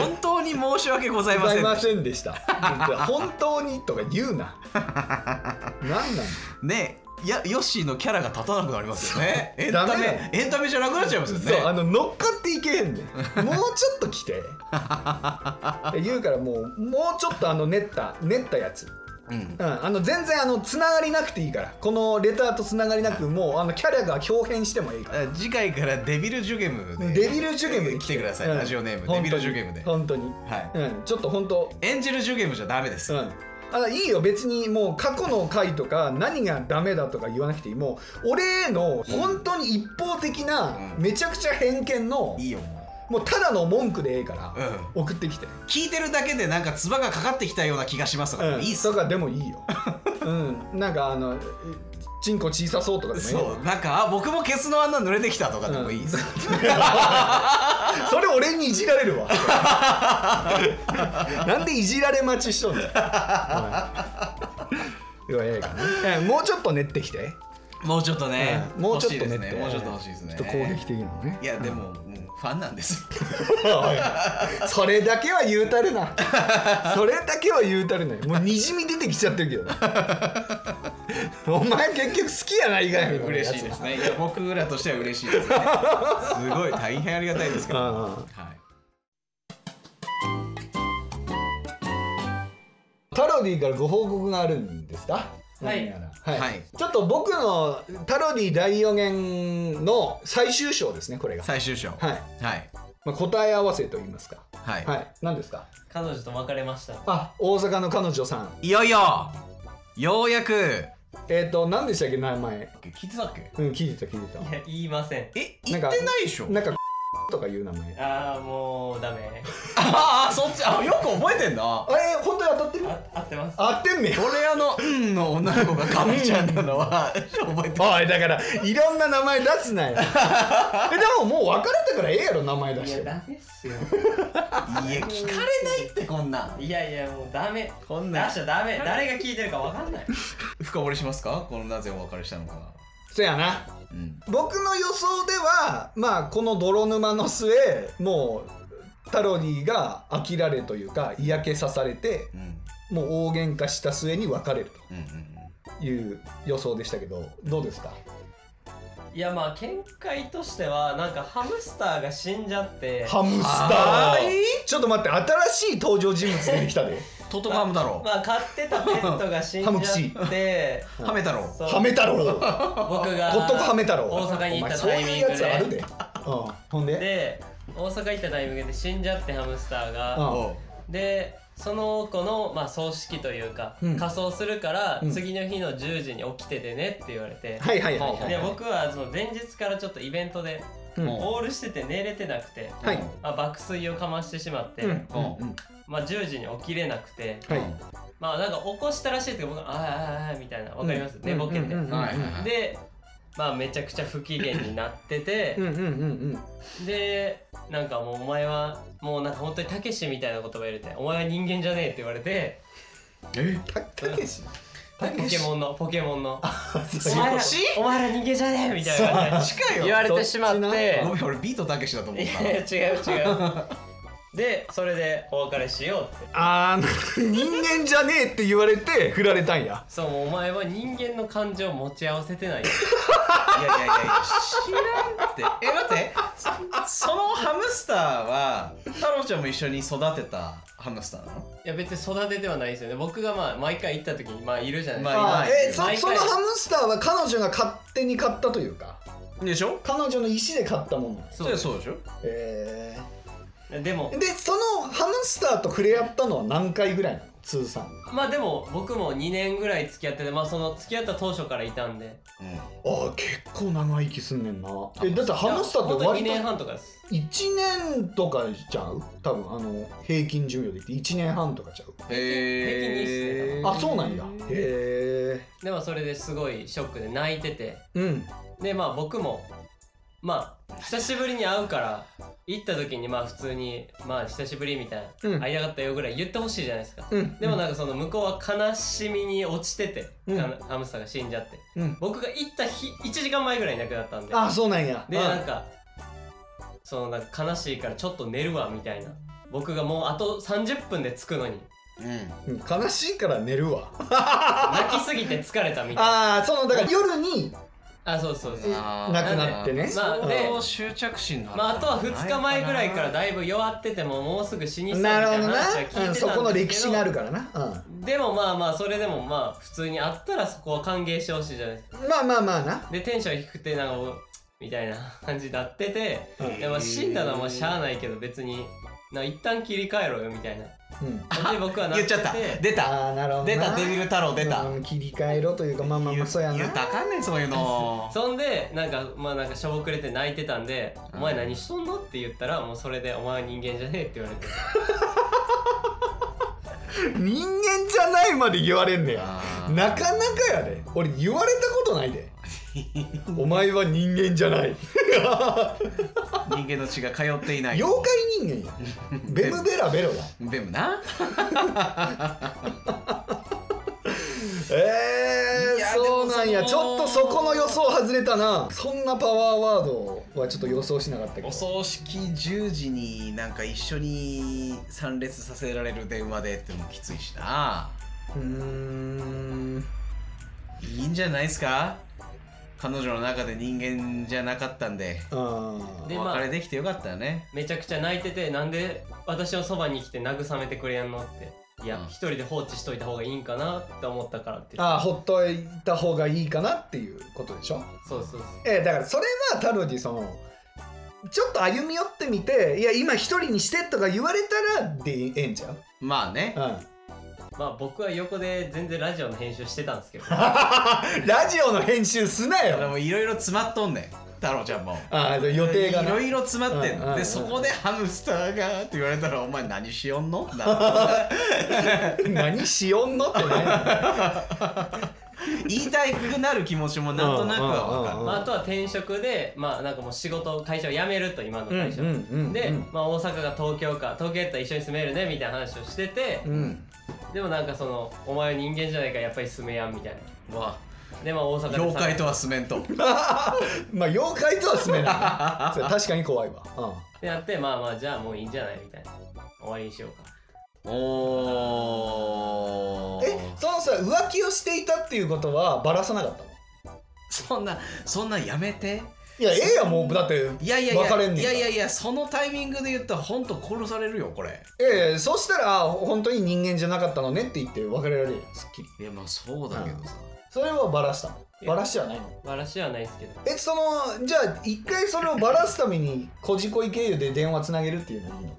C: 本当に申し訳ござい
B: ござ
C: ませ
B: い
C: ん
B: ませんでした本当にとか言うななんなん
C: ねいやヨッシーのキャラが立たなくなりますよねエン
B: ダ
C: タ
B: メだ
C: メ
B: よ
C: エンタメじゃなくなっちゃいますよね
B: そうあの乗っかっていけへんねんもうちょっと来 て言うからもうもうちょっとあの練った練ったやつ
C: うん
B: うん、あの全然あのつながりなくていいからこのレターとつながりなくもうあのキャラが表変してもいいから
C: 次回からデビルジュゲムで
B: デビルジュゲムで
C: 来てください、
B: うん
C: ラジオネー
B: 本
C: ム
B: 当
C: デ
B: に
C: ビルジュゲムで、は
B: 本当に、
C: い、
B: うん、ちょっと本当
C: エンジェルジュゲムじゃダメです、
B: うんあいいよ別にもう過去の回とか何がダメだとか言わなくていいもう俺への本当に一方的な
C: うん
B: めちゃくちゃ偏見の
C: いいよも
B: もうただの文句でええから
C: う、うん、
B: 送ってきて、
C: 聞いてるだけでなんか唾がかかってきたような気がしますとか、
B: うん、
C: いいっす
B: とかでもいいよ、うん、なんかあのチンコ小さそうとかでもいいよ
C: そうなんかあ僕もケツの穴濡れてきたとかでもいいです、
B: それ俺にいじられるわ なんでいじられ待ちし とんねんおいいやええかなえもうちょっと練ってきて、
C: もうちょっとね、
B: うんもうちょっと
C: 欲し
B: 練
C: い
B: っ
C: で
B: て
C: すねもうちょっと欲しいですね
B: ちょっと攻撃的なのね
C: いやでも、うんファンなんです
B: おいそれだけは言うたる なそれだけは言うたるなもうにじみ出てきちゃってるけどね お前結局好きやな意外にこのやつ
C: 嬉しいですねいや僕らとしては嬉しいですねすごい大変ありがたいですけ
B: う
C: ど、は
B: んうん
C: い
B: タロディからご報告があるんですか
D: はい
B: 何やらはい
C: はい
B: ちょっと僕のタロディ第4弦の最終章ですねこれが、
C: 最終章
B: はい
C: はい
B: まあ、答え合わせといいますか
C: はい、
B: はい何ですか
D: 彼女と別れました
B: あ大阪の彼女さん
C: い、よいよようやく
B: えっ、ー、と何でしたっけ名前
C: 聞いてたっけ
B: うん聞いてた聞いて
D: いや言いません
C: え
B: な
C: 言
B: ん
C: っ
B: か
C: てないでしょ
B: たなんか とかいう名前
D: ああもうダメ
C: ああそっちあよく覚えてんな
B: あえー、本当に当たってる
D: あ合ってます
B: 合ってんねん
C: 俺あの「うん」の女の子がかぶちゃんなの は覚えて
B: おいだからいろんな名前出すなよえでももう別れたからええやろ名前出
D: い
B: し
D: や
B: て
D: ダメっすよ
C: いや聞かれないってこんなん
D: いやいやもうダメ
C: こん
D: 出しちゃダメ誰が聞いてるかわかんない
C: 深掘りしますかこのなぜお別れしたのか
B: そやな
C: うん
B: 僕の予想ではまあこの泥沼の末もうタロリーが飽きられというか嫌気さされて
C: うん
B: もう大喧嘩した末に別れる
C: うんうん
B: という予想でしたけどどうですか
D: いやまあ見解としてはなんかハムスターが死んじゃって
B: ハムス
C: は
B: ターちょっと待って新しい登場人物出てきたで
C: トトハムだろ
D: まあ飼ってたペットが死んじゃって
C: うハメだろう
D: そう
B: ハメ太 郎ゴッ
D: 僕が
B: ドコハメ太郎
D: 大阪に行った
B: お前
D: タイミング
B: そういうやつあるで、
D: で
B: うん、ほんで
D: で大阪行ったタイミングで死んじゃってハムスターが
B: うん
C: おう
D: でその子の、まあ、葬式というか、
B: うん
D: 仮装するから、
B: うん
D: 次の日の10時に起きててねって言われて、
B: はいはいはいはい
D: で僕はその前日からちょっとイベントで
B: うん
C: も
D: オールしてて寝れてなくて、
B: はい
D: まあ、爆睡をかましてしまって、
B: うん
C: うんうん
D: まあ、10時に起きれなくて
B: はい
D: まあなんか起こしたらしいですけど僕は「あーあーあー」みたいなわかります、
B: うん
D: 寝ぼけて、
B: うんうんうん
C: はいはいはい
D: でまあめちゃくちゃ不機嫌になってて
B: うんうんうんうん
D: でなんかもうお前はもうなんか本当にたけしみたいな言葉入れて「お前は人間じゃねえ」って言われて
C: え
B: たたけし
D: ポケモンのポケモンの
B: そ
D: お前ら
C: そっ
D: お前ら人間じゃねえみたいな感じで
C: 近い
D: 言
C: よ
D: われてしまっ
B: そっち
D: て
B: な
C: ごめん俺ビートたけしだと
D: い
C: 思った
D: やいや違う違うでそれでお別れしようって
B: あー人間じゃねえって言われて振られたんや
D: そうもうお前は人間の感情を持ち合わせてないよ
C: いやいやいやいや知らんって え待ってそそのハムスターは太郎ちゃんも一緒に育てたハムスターなの
D: いや別に育ててはないですよね僕がまあ毎回行った時にまあいるじゃないですか、
C: まあ
B: あーえそ
D: 毎回
B: そのハムスターは彼女が勝手に買ったというか
C: でしょ
B: 彼女の意思で買ったもの
C: そうそうでしょ
B: え
D: でも
B: ー、でそのハムスターと触れ合ったのは何回ぐらいなの通算
D: まあでも僕も2年ぐらい付き合っててまあその付き合った当初からいたんで
C: うん
B: あー結構長生きすんねんなえだってハムスターって
D: 2
B: 割と
D: 年半とかです
B: 1年とかちゃう多分あの平均寿命で言って1年半とかちゃう
C: へえ
B: あそうなんやへ
D: でもそれですごいショックで泣いてて
B: えうん
D: でまあ僕もまあ久しぶりに会うから行った時にまあ普通に「まあ久しぶり」みたいな「
B: うん
D: 会いやがったよ」ぐらい言ってほしいじゃないですか、
B: うん
D: でもなんかその向こうは悲しみに落ちてて、
B: うん
D: かなハムスターが死んじゃって
B: うん
D: 僕が行った日1時間前ぐらいに亡くなったんで
B: あそうなんや
D: で
B: うん
D: なんかそのなんか悲しいからちょっと寝るわみたいな僕がもうあと30分で着くのに
C: うん
B: うん悲しいから寝るわ
D: 泣きすぎて疲れたみたいな
B: ああそのだから夜に
D: あそうそうそう
C: あー
B: 亡くなってね
D: まあで
C: そう執着心の
D: まあ、あとは2日前ぐらいから
C: だ
D: だいぶ弱っててももうすぐ死にそうみた
B: ないる
D: な
B: ほど
D: 話は聞いてたんですけど、
B: な、うん、そこの歴史があるからな、う
D: でもまあまあそれでもまあ普通にあったらそこは歓迎してほしいじゃないですか
B: ん、まあまあまあな
D: でテンション低くてなんかもうみたいな感じになってて、
B: うん
D: でまあ死んだのはまあしゃあないけど別にな一旦切り替えろよみたいな
B: うん、
D: で僕はな
C: 言っちゃった出た
B: ああなるほどな
C: 出たデビル太郎出た
B: うん切り替えろというかまあまあまあそうや
C: 言
B: な
C: うたらあかんね んそういうの
D: そんでなんかまあなんかしょぼくれて泣いてたんで「
C: うん
D: お前何しとんの?」って言ったらもうそれで「お前は人間じゃねえ」って言われて
B: 人間じゃないまで言われんねや
C: あー
B: なかなかやで俺言われたことないでお前は人間じゃない
C: 人間の血が通っていない
B: 妖怪人間やベムベラベロだ
C: でもな
B: え
C: い
B: ー
C: や、
B: そうなんや
C: でも
B: ち
C: そ
B: ょっ
C: の
B: とそこの予想外れたなそんなパワーワードはちょっと予想しなかったけど
C: お葬式10時になんか一緒に参列させられる電話でってのもきついしな
B: うーん
C: いいんじゃないですか彼女の中で人間じゃなかったんで
B: あ
D: で
C: お
D: まあ
C: 別れできてよかったよね
D: めちゃくちゃ泣いててなんで私のそばに来て慰めてくれやんのっていや
C: うん
D: 一人で放置しといた方がいいんかなって思ったからって
B: あーほっといた方がいいかなっていうことでしょ
D: そうそうそう
B: えーだからそれはタロジそのちょっと歩み寄ってみていや今一人にしてとか言われたらでええんちゃう、
C: まあね
B: う
D: まあ僕は横で全然ラジオの編集してたんですけど
B: ん、ラジオの編集すな
C: だから
B: よ
C: もういろいろ詰まっとんねん太郎ちゃんも
B: あー予定が
C: い
B: な
C: ろいろ詰まって
B: うん
C: ん
B: うん
C: の
B: う
C: で
B: ん
C: そこでハムスターがって言われたらお前何しよんのな
B: 何しよんのってね
C: 言いたくなる気持ちもなんとなくは分かる
B: うん
D: まあ、あとは転職でまあなんかもう仕事会社を辞めると今の
B: うん
D: 会社を、
B: うんうんうん
D: で、まあ、大阪が東京か東京やったら一緒に住めるねみたいな話をしてて、
B: うん
D: でもなんかその「お前人間じゃないからやっぱり住めやん」みたいな
C: わ
D: でまあ大阪で
E: 妖怪とはスメント
B: まあ妖怪とは住め ないそれ確かに怖いわ、うん
D: ってなってまあまあじゃあもういいんじゃないみたいな終わりにしようか
C: おー
B: えそのさ浮気をしていたっていうことはバラさなかったの
C: そんなそんなやめて
B: いやええやんもうだって
C: いやいやいや
B: 別れんねん
C: い
B: か
C: や
B: ら
C: いやいやそのタイミングで言ったら本当殺されるよこれ
B: いやいやそしたら本当に人間じゃなかったのねって言って別れられるよすっきり
C: いやまあそうだけどさ
B: それはバラしたの
D: いや
B: バラしじゃないの
D: まあらしはないですけど
B: えそのじゃあ一回それをバラすためにこじこい経由で電話つなげるっていうのはいいの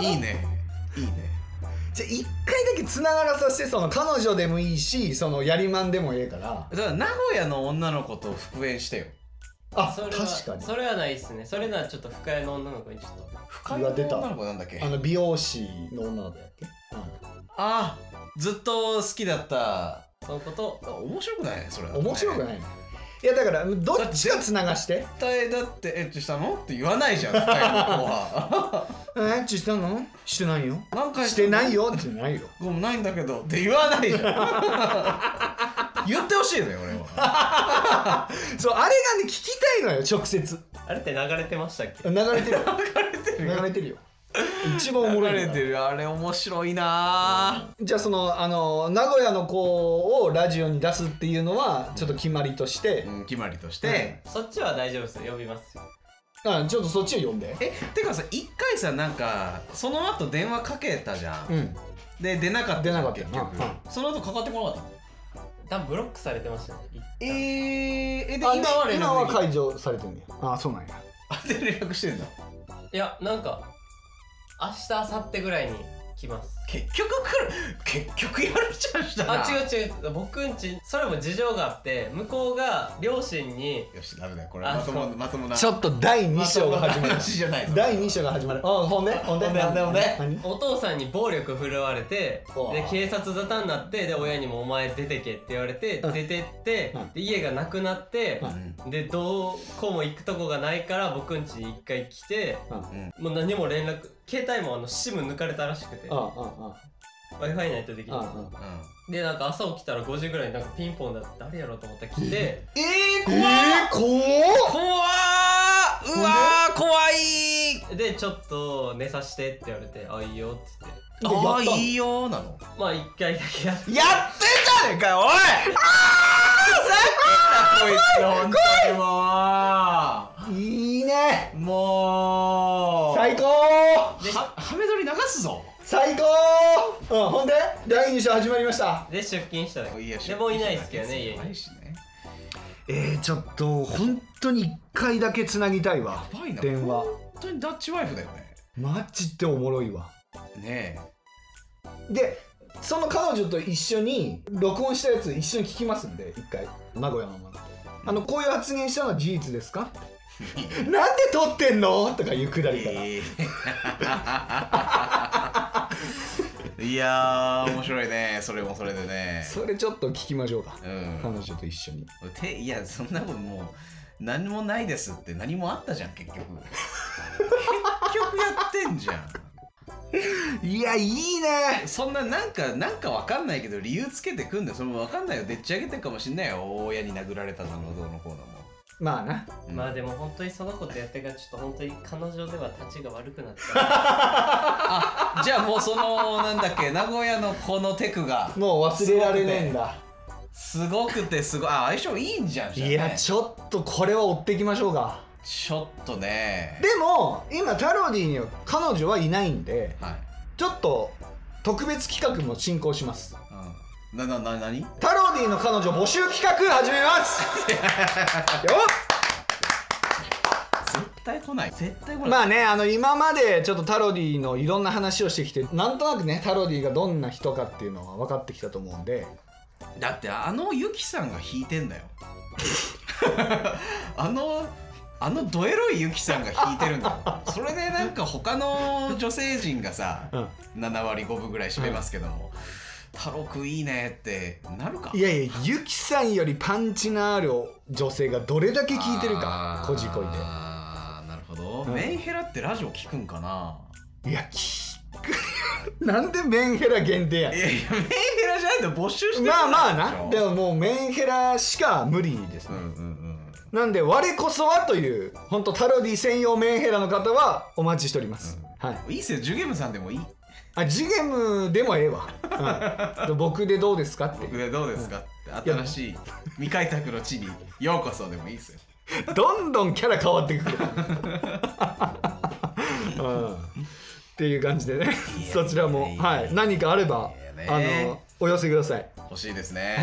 E: いいねいいね
B: じゃあ一回だけつながらさせてその彼女でもいいしそのやりまんでもええから
C: だから名古屋の女の子と復縁してよ
B: あ
D: それは
B: 確かに
D: それはないですねそれならちょっと深谷の女の子にちょっと
E: 深
B: うわ出た
E: 女の子なんだっけ
B: あの美容師の女の子やっけ、
C: あずっと好きだった
D: そのことを
E: 面白くないねそれ
B: うん面白く
E: い
B: ないのいやだからどっちかつながして
C: 絶対だってエッチしたのって言わないじゃん深谷の子は
B: えエッチしたのしてないよ
C: 何回
B: してないよってないよ
C: ごめんないんだけどって言わないじゃん 言ってほしいのよ俺は
B: そうあれがね聞きたいのよ直接
D: あれって流れてましたっけ
B: 流れてる 流れてるよ一番おもろいの
C: 流
B: よ
C: れてるあれ面白いな
B: じゃあそのあの名古屋の子をラジオに出すっていうのはちょっと決まりとして、
C: うん決まりとして、
D: そっちは大丈夫ですよ呼びますよ
B: あちょっとそっちを読んで
C: えてかさ一回さなんかその後電話かけたじゃん、
B: うん
C: で出なかったじ
B: 出
C: ゃ
B: なんかったよな、
C: 結局その後かかってこなかったの
D: 多分ブロックされてましたね一旦
C: えー、えで今
B: あで
C: は連
B: 今は
C: 絡できる
B: 解除されてんねやあそうなんや
C: あで連絡してんだ
D: いやなんか明日明後日ぐらいに来ます
C: 結局来る結局やるじゃんしたら
D: あ違う違う僕んちそれも事情があって向こうが両親に
E: よしダメだよこれ
D: あ
E: まとも
D: そ
E: まともな
B: ちょっと第2
E: まと
B: 章
E: も
B: が
E: な
B: 始まる
E: 話じゃないぞ
B: 第2章が始まるあほんでほんで
E: ほんでほんでほんで
B: 何
D: お父さんに暴力振るわれて
B: うわ
D: で警察沙汰になってで親にも「お前出てけ」って言われて
B: うん
D: 出てって
B: うん
D: で家がなくなって
B: う
D: でどこも行くとこがないから僕んちに一回来て
B: うん
D: もう何も連絡携帯もあの SIM 抜かれたらしくて
B: ああ
D: w
B: あ
D: i f i ないとでき
B: ああ
D: な
B: あ
D: い
B: あ
D: でなんか朝起きたら5時ぐらいになんかピンポンだって誰やろうと思ったら来て
C: えー、
B: え
C: 怖っ、
B: ー、怖っ
C: 怖ーうわー怖い
D: でちょっと寝さしてって言われて「あいいよ」って言って
C: あ
B: やった
C: ーいいよーなの
D: まあ一回だけや
C: や
D: って
C: ってんじゃねえかよおいあーふざけんなこいつ本当に
B: いいね
C: もうもう
B: 最高
C: はハメ撮り流すぞ
B: 最高うんほんで第2章始まりました
D: で出勤しただけ
E: いや
D: でもういないですけどね家
E: ない
D: に
E: しね
B: えー、ちょっと本当に1回だけつなぎたいわ
E: やばいな
B: 電話
E: 本当にダッチワイフだよね
B: マジっておもろいわ
E: ね
B: でその彼女と一緒に録音したやつ一緒に聞きますんで一回名古屋の女の子あのこういう発言したのは事実です かなんで撮ってんのとかいうくだりから、
E: え いやー面白いねそれもそれでね
B: それちょっと聞きましょうか
E: うん
B: 彼女と一緒に
E: ていやそんなこともう何もないですって何もあったじゃん結局結局やってんじゃ
B: いやいい
E: ん
B: ね
E: そんななんかなんかわかんないけど理由つけてくんだよそれもわかんないよでっち上げてるかもしんないよ親に殴られただのどうのこうのも、
B: まあな
E: うん
D: まあでも本当にそのことやってからちょっと本当に彼女では立ちが悪くなった
E: じゃあもうそのなんだっけ名古屋のこのテクが
B: もう忘れられないんだ
E: すごくてすごいあ相性いいんじゃんじゃあ
B: い
E: ね
B: やちょっとこれは追っていきましょうか
E: ちょっとね
B: でも今タロディには彼女はいないんで
E: はい、
B: ちょっと特別企画も進行します
E: うん、ななな何
B: タロディの彼女募集企画始めます よっ
E: 絶対来ない絶対来ない、
B: まあねあの今までちょっとタロディのいろんな話をしてきてなんとなくねタロディがどんな人かっていうのは分かってきたと思うんで
E: だってあのユキさんが弾いてんだよ あのあのドエロいユキさんが弾いてるんだよそれでなんか他の女性陣がさ、
B: うん
E: 7割5分ぐらい占めますけども「太郎くんいいね」ってなるか
B: いやいやユキさんよりパンチのある女性がどれだけ聞いてるかこじこい
E: あーなるほど、
B: うん
E: メンヘラってラジオ聞くんかな
B: でいや聞くなんでメンヘラ限定や
C: いやいやメンヘラじゃないと募集してる
B: まあまあなで
C: も
B: ももうメンヘラしか無理です
C: う
B: ね、
C: んうん
B: なんで我こそはという本当タロディ専用メンヘラの方はお待ちしております、はい
C: うんいいっすよジュゲムさんでもいい
B: あジゲムでもええわ、はいで僕でどうですかって
C: 僕でどうですかって新しい未開拓の地にようこそでもいいっすよ
B: どんどんキャラ変わってくる、うんっていう感じでねそちらも、はい、何かあれば
C: いや
B: あ
C: ね
B: のお寄せください
C: 欲しいですね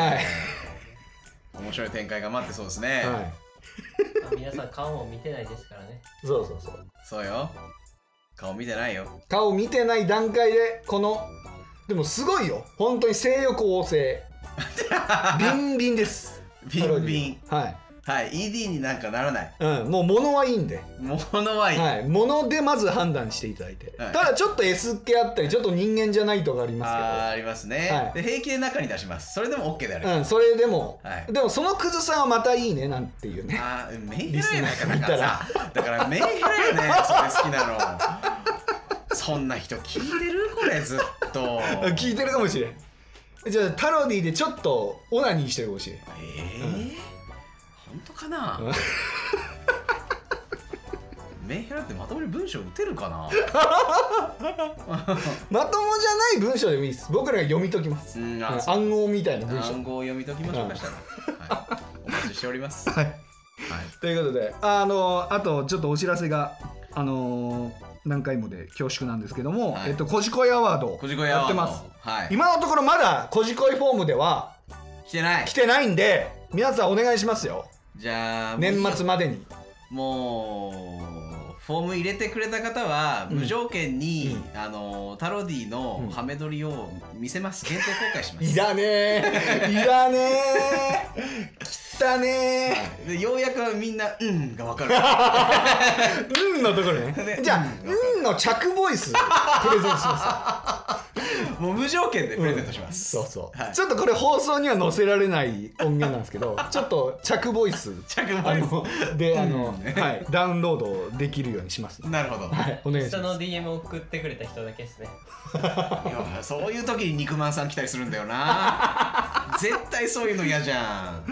B: はい
C: 面白い展開が待ってそうです
B: はい
C: ね、
D: まあ皆さん顔も見てないですからね
B: そうそうそう
C: そうよ顔見てないよ
B: 顔見てない段階でこのでもすごいよ本当に性欲旺盛ビンビンです
C: ビンビン
B: は
C: はい ED になんかならない
B: い、うん、もう物はいいんで、
C: ものはいい、
B: はい、物でまず判断していただいて、
C: はい
B: ただちょっと S 系あったりちょっと人間じゃないとかありま
C: あーありますね、
B: はい
C: で平気で中に出しますそれでも OK であ
B: す
C: る、
B: けど、うん、それでも、
C: はい
B: でもそのクズさんはまたいいねなんていうね
C: あーメンヘラやないかだからさだからメンヘラやねそれ好きなのそんな人聞いてるこれずっ と
B: 聞いてるかもしれんじゃあタロディでちょっとオナニーしてるかもしれん
C: えー本当か な
B: うん
C: メンヘラってまともに文章打てるかな
B: まともじゃない文章でもいいです僕らが読み解きます、
C: うん
B: う
C: あ
B: ん
C: そう
B: 暗号みたいな文章
C: 暗号を読み解きましょうかしたら、はい、お待ちしており ます
B: はい
C: はい
B: ということであのあとちょっとお知らせがあの何回もで恐縮なんですけども「
C: はい
B: えっと、こじこいアワード」
C: こじこや
B: やってます
C: はい
B: 今のところまだこじこいフォームでは
C: 来てない
B: 来てないんで皆さんお願いしますよ
C: じゃあ
B: 年
C: もう
B: 末までに
C: もうフォーム入れてくれた方は無条件に、あのタロディのハメ撮りを見せます限定公開します
B: いらねえいらねえ来たね
C: でようやくみんな「うん」が分かる
B: えうんのところね
C: ね
B: じゃあうんの着ボイスプレゼントしま
C: もう無条件でプレゼントしますす、
B: そうそう、
C: はい
B: ちょっとこれ放送には載せられない音源なんですけどちょっと着ボイス
C: 着ボイス
B: あのであの、
C: うん
B: はい、ダウンロードできるようにしますので
C: なるほど、
B: はいお願いし
D: 下
B: ま
D: の
B: す
D: DM を送ってくれた人だけですね
C: いやそういう時に肉まんさん来たりするんだよな 絶対そういうの嫌じゃん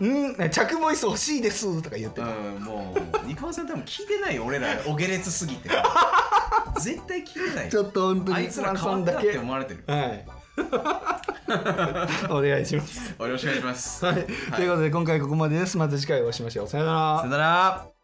B: うん着ボイス欲しいですとか言ってた
C: うんもう肉まんさん多分聞いてないよ俺らお下劣すぎて絶対聞いてない
B: ちょっと本当に
C: あいつら変わったって思われてる
B: はい。お願いします。
C: よろしくお願いします
B: はい、ということで今回ここまでです。また次回お会いしましょう。さよなら
F: さよ。なら